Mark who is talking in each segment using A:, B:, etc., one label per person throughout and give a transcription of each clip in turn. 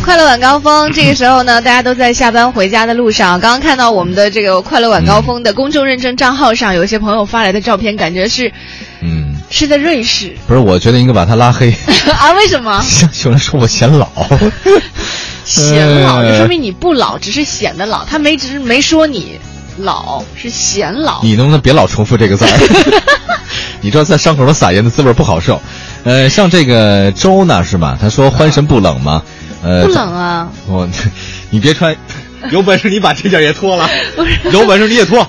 A: 快乐晚高峰，这个时候呢，大家都在下班回家的路上。刚刚看到我们的这个快乐晚高峰的公众认证账号上，有些朋友发来的照片，感觉是
B: 嗯，
A: 是在瑞士
B: 不是，我觉得应该把他拉黑。
A: 啊？为什么？
B: 有人说我显 老，
A: 显老，
B: 呃
A: 这说明你不老，只是显得老。他没只是没说你老，是显老。
B: 你能不能别老重复这个 字儿？你知道在伤口上撒盐的滋味儿不好受。呃，像这个周呢是吧？他说欢神不冷吗？呃，
A: 不冷啊，
B: 我，你别穿，有本事你把这件也脱了
A: 不是，
B: 有本事你也脱，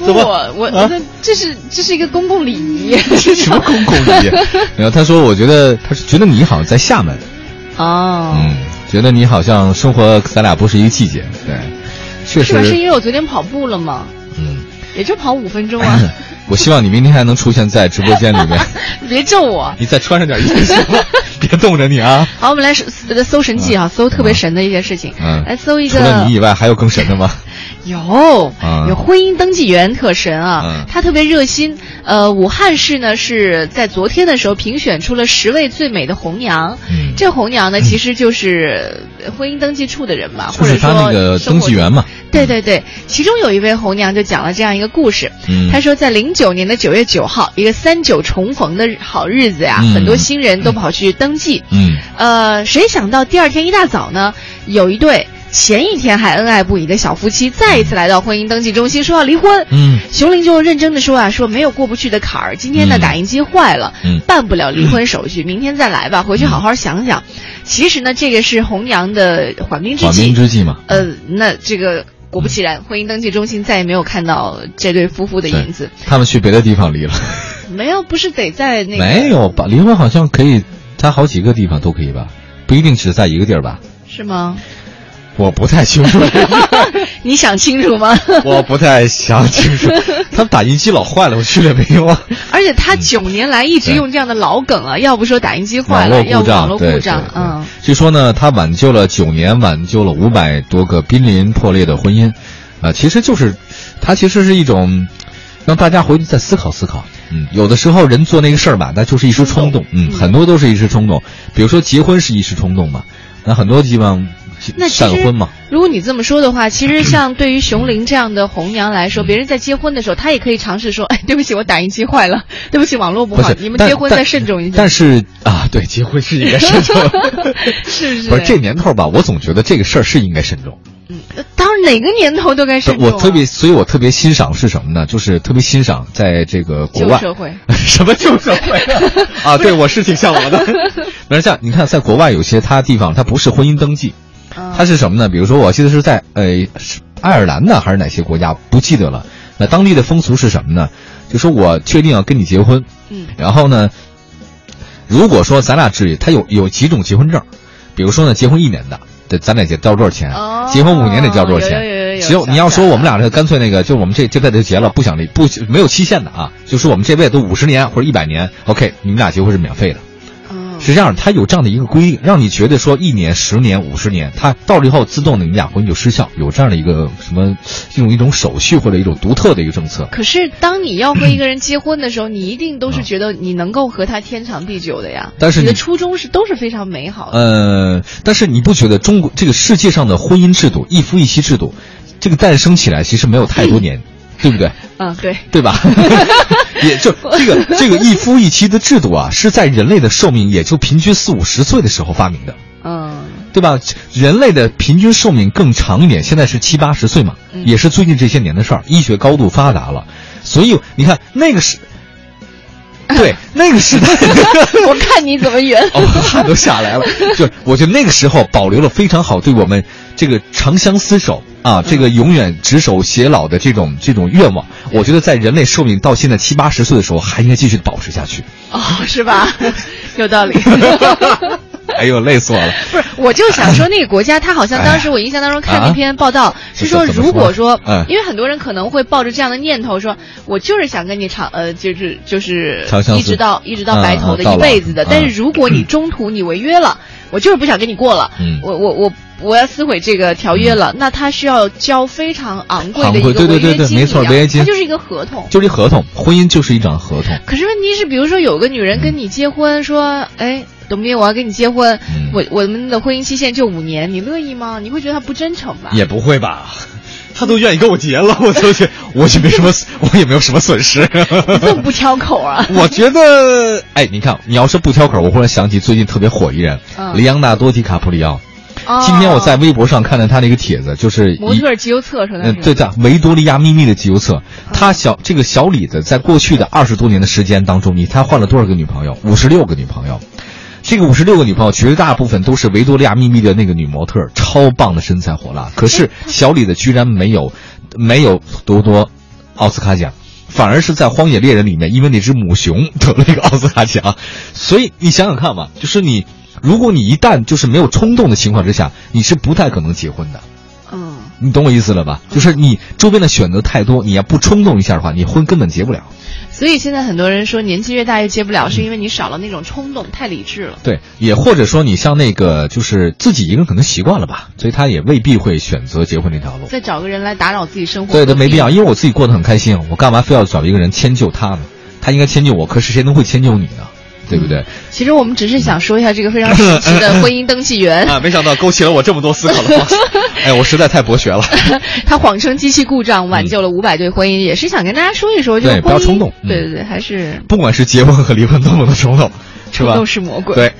A: 不，
B: 怎么
A: 我我、
B: 啊
A: 那这是这是一个公共礼仪，
B: 这什么公公礼？ 然后他说，我觉得他是觉得你好像在厦门，
A: 哦。
B: 嗯，觉得你好像生活咱俩不是一个季节，对，确
A: 是吧？是
B: 实，
A: 因为我昨天跑步了吗？
B: 嗯，
A: 也就跑五分钟 啊，
B: 我希望你明天还能出现在直播间 里面，
A: 别咒我。
B: 你再穿上点衣服行 吗？别冻着你啊。
A: 好，我们来搜搜神迹啊，搜特别神的一些事情。
B: 嗯
A: 来哎搜一
B: 除了
A: 个
B: 你以外，还有更神的吗？
A: 有
B: 嗯
A: 有婚姻登记员特神啊
B: 嗯，
A: 他特别热心。呃，武汉市呢是在昨天的时候评选出了十位最美的红娘
B: 嗯。
A: 这红娘呢其实就是呃婚姻登记处的人嘛，
B: 就
A: 啊或者
B: 是他
A: 说
B: 那个
A: 生活
B: 登记员嘛。
A: 对对对，其中有一位红娘就讲了这样一个故事。
B: 嗯
A: 她说，在零九年的九月九号，一个三九重逢的好日子呀，
B: 嗯
A: 很多新人都跑去登记。
B: 嗯
A: 呃，谁想到第二天一大早呢，有一对前一天还恩爱不已的小夫妻，再一次来到婚姻登记中心，说要离婚。
B: 嗯
A: 熊玲就认真的说啊，说没有过不去的坎儿，今天呢
B: 嗯
A: 打印机坏了，
B: 嗯
A: 办不了离婚手续，明天再来吧，回去好好想想。其实呢，这个是红娘的缓兵之
B: 缓
A: 计
B: 兵，之计嘛。
A: 呃，那这个果不其然，婚姻登记中心再也没有看到这对夫妇的影子。
B: 他们去别的地方离了，
A: 没有，不是得在那个
B: 没有吧？离婚好像可以，他好几个地方都可以吧？不一定只在一个地儿吧？
A: 是 吗？
B: 我不太清 楚，
A: 你想清楚吗？
B: 我不太想清 楚。他们打印机老坏了，我去了也没用啊。
A: 而且他九年来一直
B: 对
A: 用这样的老梗啊，要不说打印机坏
B: 网
A: 了，
B: 络
A: 要
B: 故
A: 不网
B: 障，
A: 络
B: 对
A: 故障
B: 对，对
A: 嗯，
B: 据说呢，他挽救了九年，挽救了五百多个濒临破裂的婚姻，啊、其实就是，它其实是一种。让大家回去再思考思考，嗯，有的时候人做那个事儿吧，那就是一时冲动，嗯，很多都是一时冲动，比如说结婚是一时冲动嘛，那很多地方
A: 那其
B: 闪
A: 实
B: 婚嘛，
A: 如果你这么说的 话，其实像对于熊玲这样的红娘来说，别人在结婚的时候，她也可以尝试说，哎，对不起，我打印机坏了，对不起，网络不
B: 不
A: 好
B: 是，
A: 你们
B: 但
A: 结婚
B: 但
A: 再慎重一
B: 但
A: 点，
B: 是啊，对，结婚是应 该慎重，
A: 是不是？
B: 不是这年头吧，我总觉得这个事儿是应该慎重，
A: 当然哪个年头都该慎重啊。
B: 我特别，所以我特别欣赏是什么呢？就是特别欣赏在这个国
A: 旧
B: 外
A: 社会，
B: 什么旧社会 啊？啊，对，我是挺向往的。没事，像你看，在国外有些它地方，它不是婚姻登记，
A: 嗯
B: 它是什么呢？比如说，我记得是在呃是爱尔兰呢，还是哪些国家，不记得了。那当地的风俗是什么呢？就说我确定要跟你结婚，
A: 嗯
B: 然后呢，如果说咱俩只他有有几种结婚证，比如说呢，结婚一年的，对，咱俩得交多少钱？啊
A: 哦
B: 结婚五年得交多少钱？
A: 有有有有有
B: 只有
A: 想
B: 你要
A: 起来
B: 说我们
A: 了
B: 俩这干脆那个，就是我们这这辈子就结了，不想离，不没有期限的啊，就是我们这辈子都五十年或者一百年，OK，你们俩结婚是免费的，
A: 嗯，
B: 是这样的，他有这样的一个规定，让你觉得说一年、十年、五十年，他到了以后自动的你们俩婚就失效，有这样的一个什么一种一种手续或者一种独特的一个政策。
A: 可是，当你要和一个人结婚的时候，你一定都是觉得你能够和他天长地久的呀。
B: 但是
A: 你
B: 你
A: 的初衷是都是非常美好的。
B: 呃，但是你不觉得中国这个世界上的婚姻制度，一夫一妻制度，这个诞生起来其实没有太多年，对不对？
A: 嗯，对，
B: 对吧？也就这个这个一夫一妻的制度啊，是在人类的寿命也就平均四五十岁的时候发明的，
A: 嗯，
B: 对吧？人类的平均寿命更长一点，现在是七八十岁嘛，
A: 嗯
B: 也是最近这些年的事儿。医学高度发达了，所以你看那个时，对那个时代，
A: 我看你怎么圆。
B: 哦， 汗都下来了。就是我觉得那个时候保留了非常好对我们这个长相厮守啊，这个永远执手偕老的这种这种愿望，我觉得在人类寿命到现在七八十岁的时候，还应该继续保持下去。
A: 哦，是 吧？有道理。
B: 哎呦，累死我了！
A: 不是，我就想说那个国家，他好像当时我印象当中看那篇报道，是说
B: 这哎怎么
A: 如果说
B: 说，嗯
A: 因为很多人可能会抱着这样的念头，说我就是想跟你长，呃，就是就是
B: 长相
A: 一直
B: 厮
A: 到一直到白头的
B: 嗯嗯到
A: 一
B: 老
A: 辈子的。
B: 嗯
A: 但是如果你中途你违约了，我就是不想跟你过了，
B: 嗯
A: 我我我我要撕毁这个条约了，那他需要交非常昂贵的
B: 昂
A: 一
B: 贵
A: 个
B: 对对
A: 违
B: 对
A: 约
B: 对
A: 金一样，
B: 没错违约金
A: 它就是一个合同。
B: 就是一合同，婚姻就是一张合同。
A: 可是问题是，比如说有个女人跟你结婚，说，哎，董斌，我要跟你结婚，
B: 嗯
A: 我我们的婚姻期限就五年，你乐意吗？你会觉得她不真诚吧？
B: 也不会吧？他都愿意跟我结了，我就觉我也没什么，我也没有什么损 失。
A: 你这么不挑口啊？
B: 我觉得，哎，你看，你要是不挑口，我忽然想起最近特别火一人，
A: 嗯
B: 里昂纳多·迪卡普里奥。
A: 哦
B: 今天我在微博上看到他的一个帖子，就是
A: 模
B: 一
A: 特儿集邮册上的
B: 呃，
A: 是吧嗯
B: 对的，维多利亚秘密的集邮册，他小这个小李子在过去的二十多年的时间当中，你他换了多少个女朋友？五十六个女朋友，这个五十六个女朋友绝大部分都是维多利亚秘密的那个女模特儿，超棒的身材火辣。可是小李子居然没有没有夺夺奥斯卡奖。反而是在《荒野猎人》里面，因为那只母熊 得了一个奥斯卡奖，所以你想想看吧，就是你，如果你一旦就是没有冲动的情况之下，你是不太可能结婚的。
A: 嗯。
B: 你懂我意思了吧？就是你周边的选择太多，你要不冲动一下的话，你婚根本结不了。
A: 所以现在很多人说年纪越大越结不
B: 嗯
A: 了，是因为你少了那种冲动，太理智了。
B: 对，也或者说你像那个，就是自己一个人可能习惯了吧，所以他也未必会选择结婚这条路。
A: 再找个人来打扰自己生活，
B: 对的，没必要，。因为我自己过得很开心，我干嘛非要找一个人迁就他呢？他应该迁就我，可是谁能会迁就你呢？对不对？
A: 其实我们只是想说一下这个非常实际的婚姻登记员，
B: 啊，没想到勾起了我这么多思考的方式。哎，我实在太博学了。
A: 他谎称机器故障挽救了五百对婚姻，也是想跟大家说一说，就是
B: 嗯对不要
A: 婚姻
B: 冲动嗯
A: 对对对，还是
B: 不管是结婚和离婚，多么的冲动，是吧？
A: 冲动是魔鬼。
B: 对。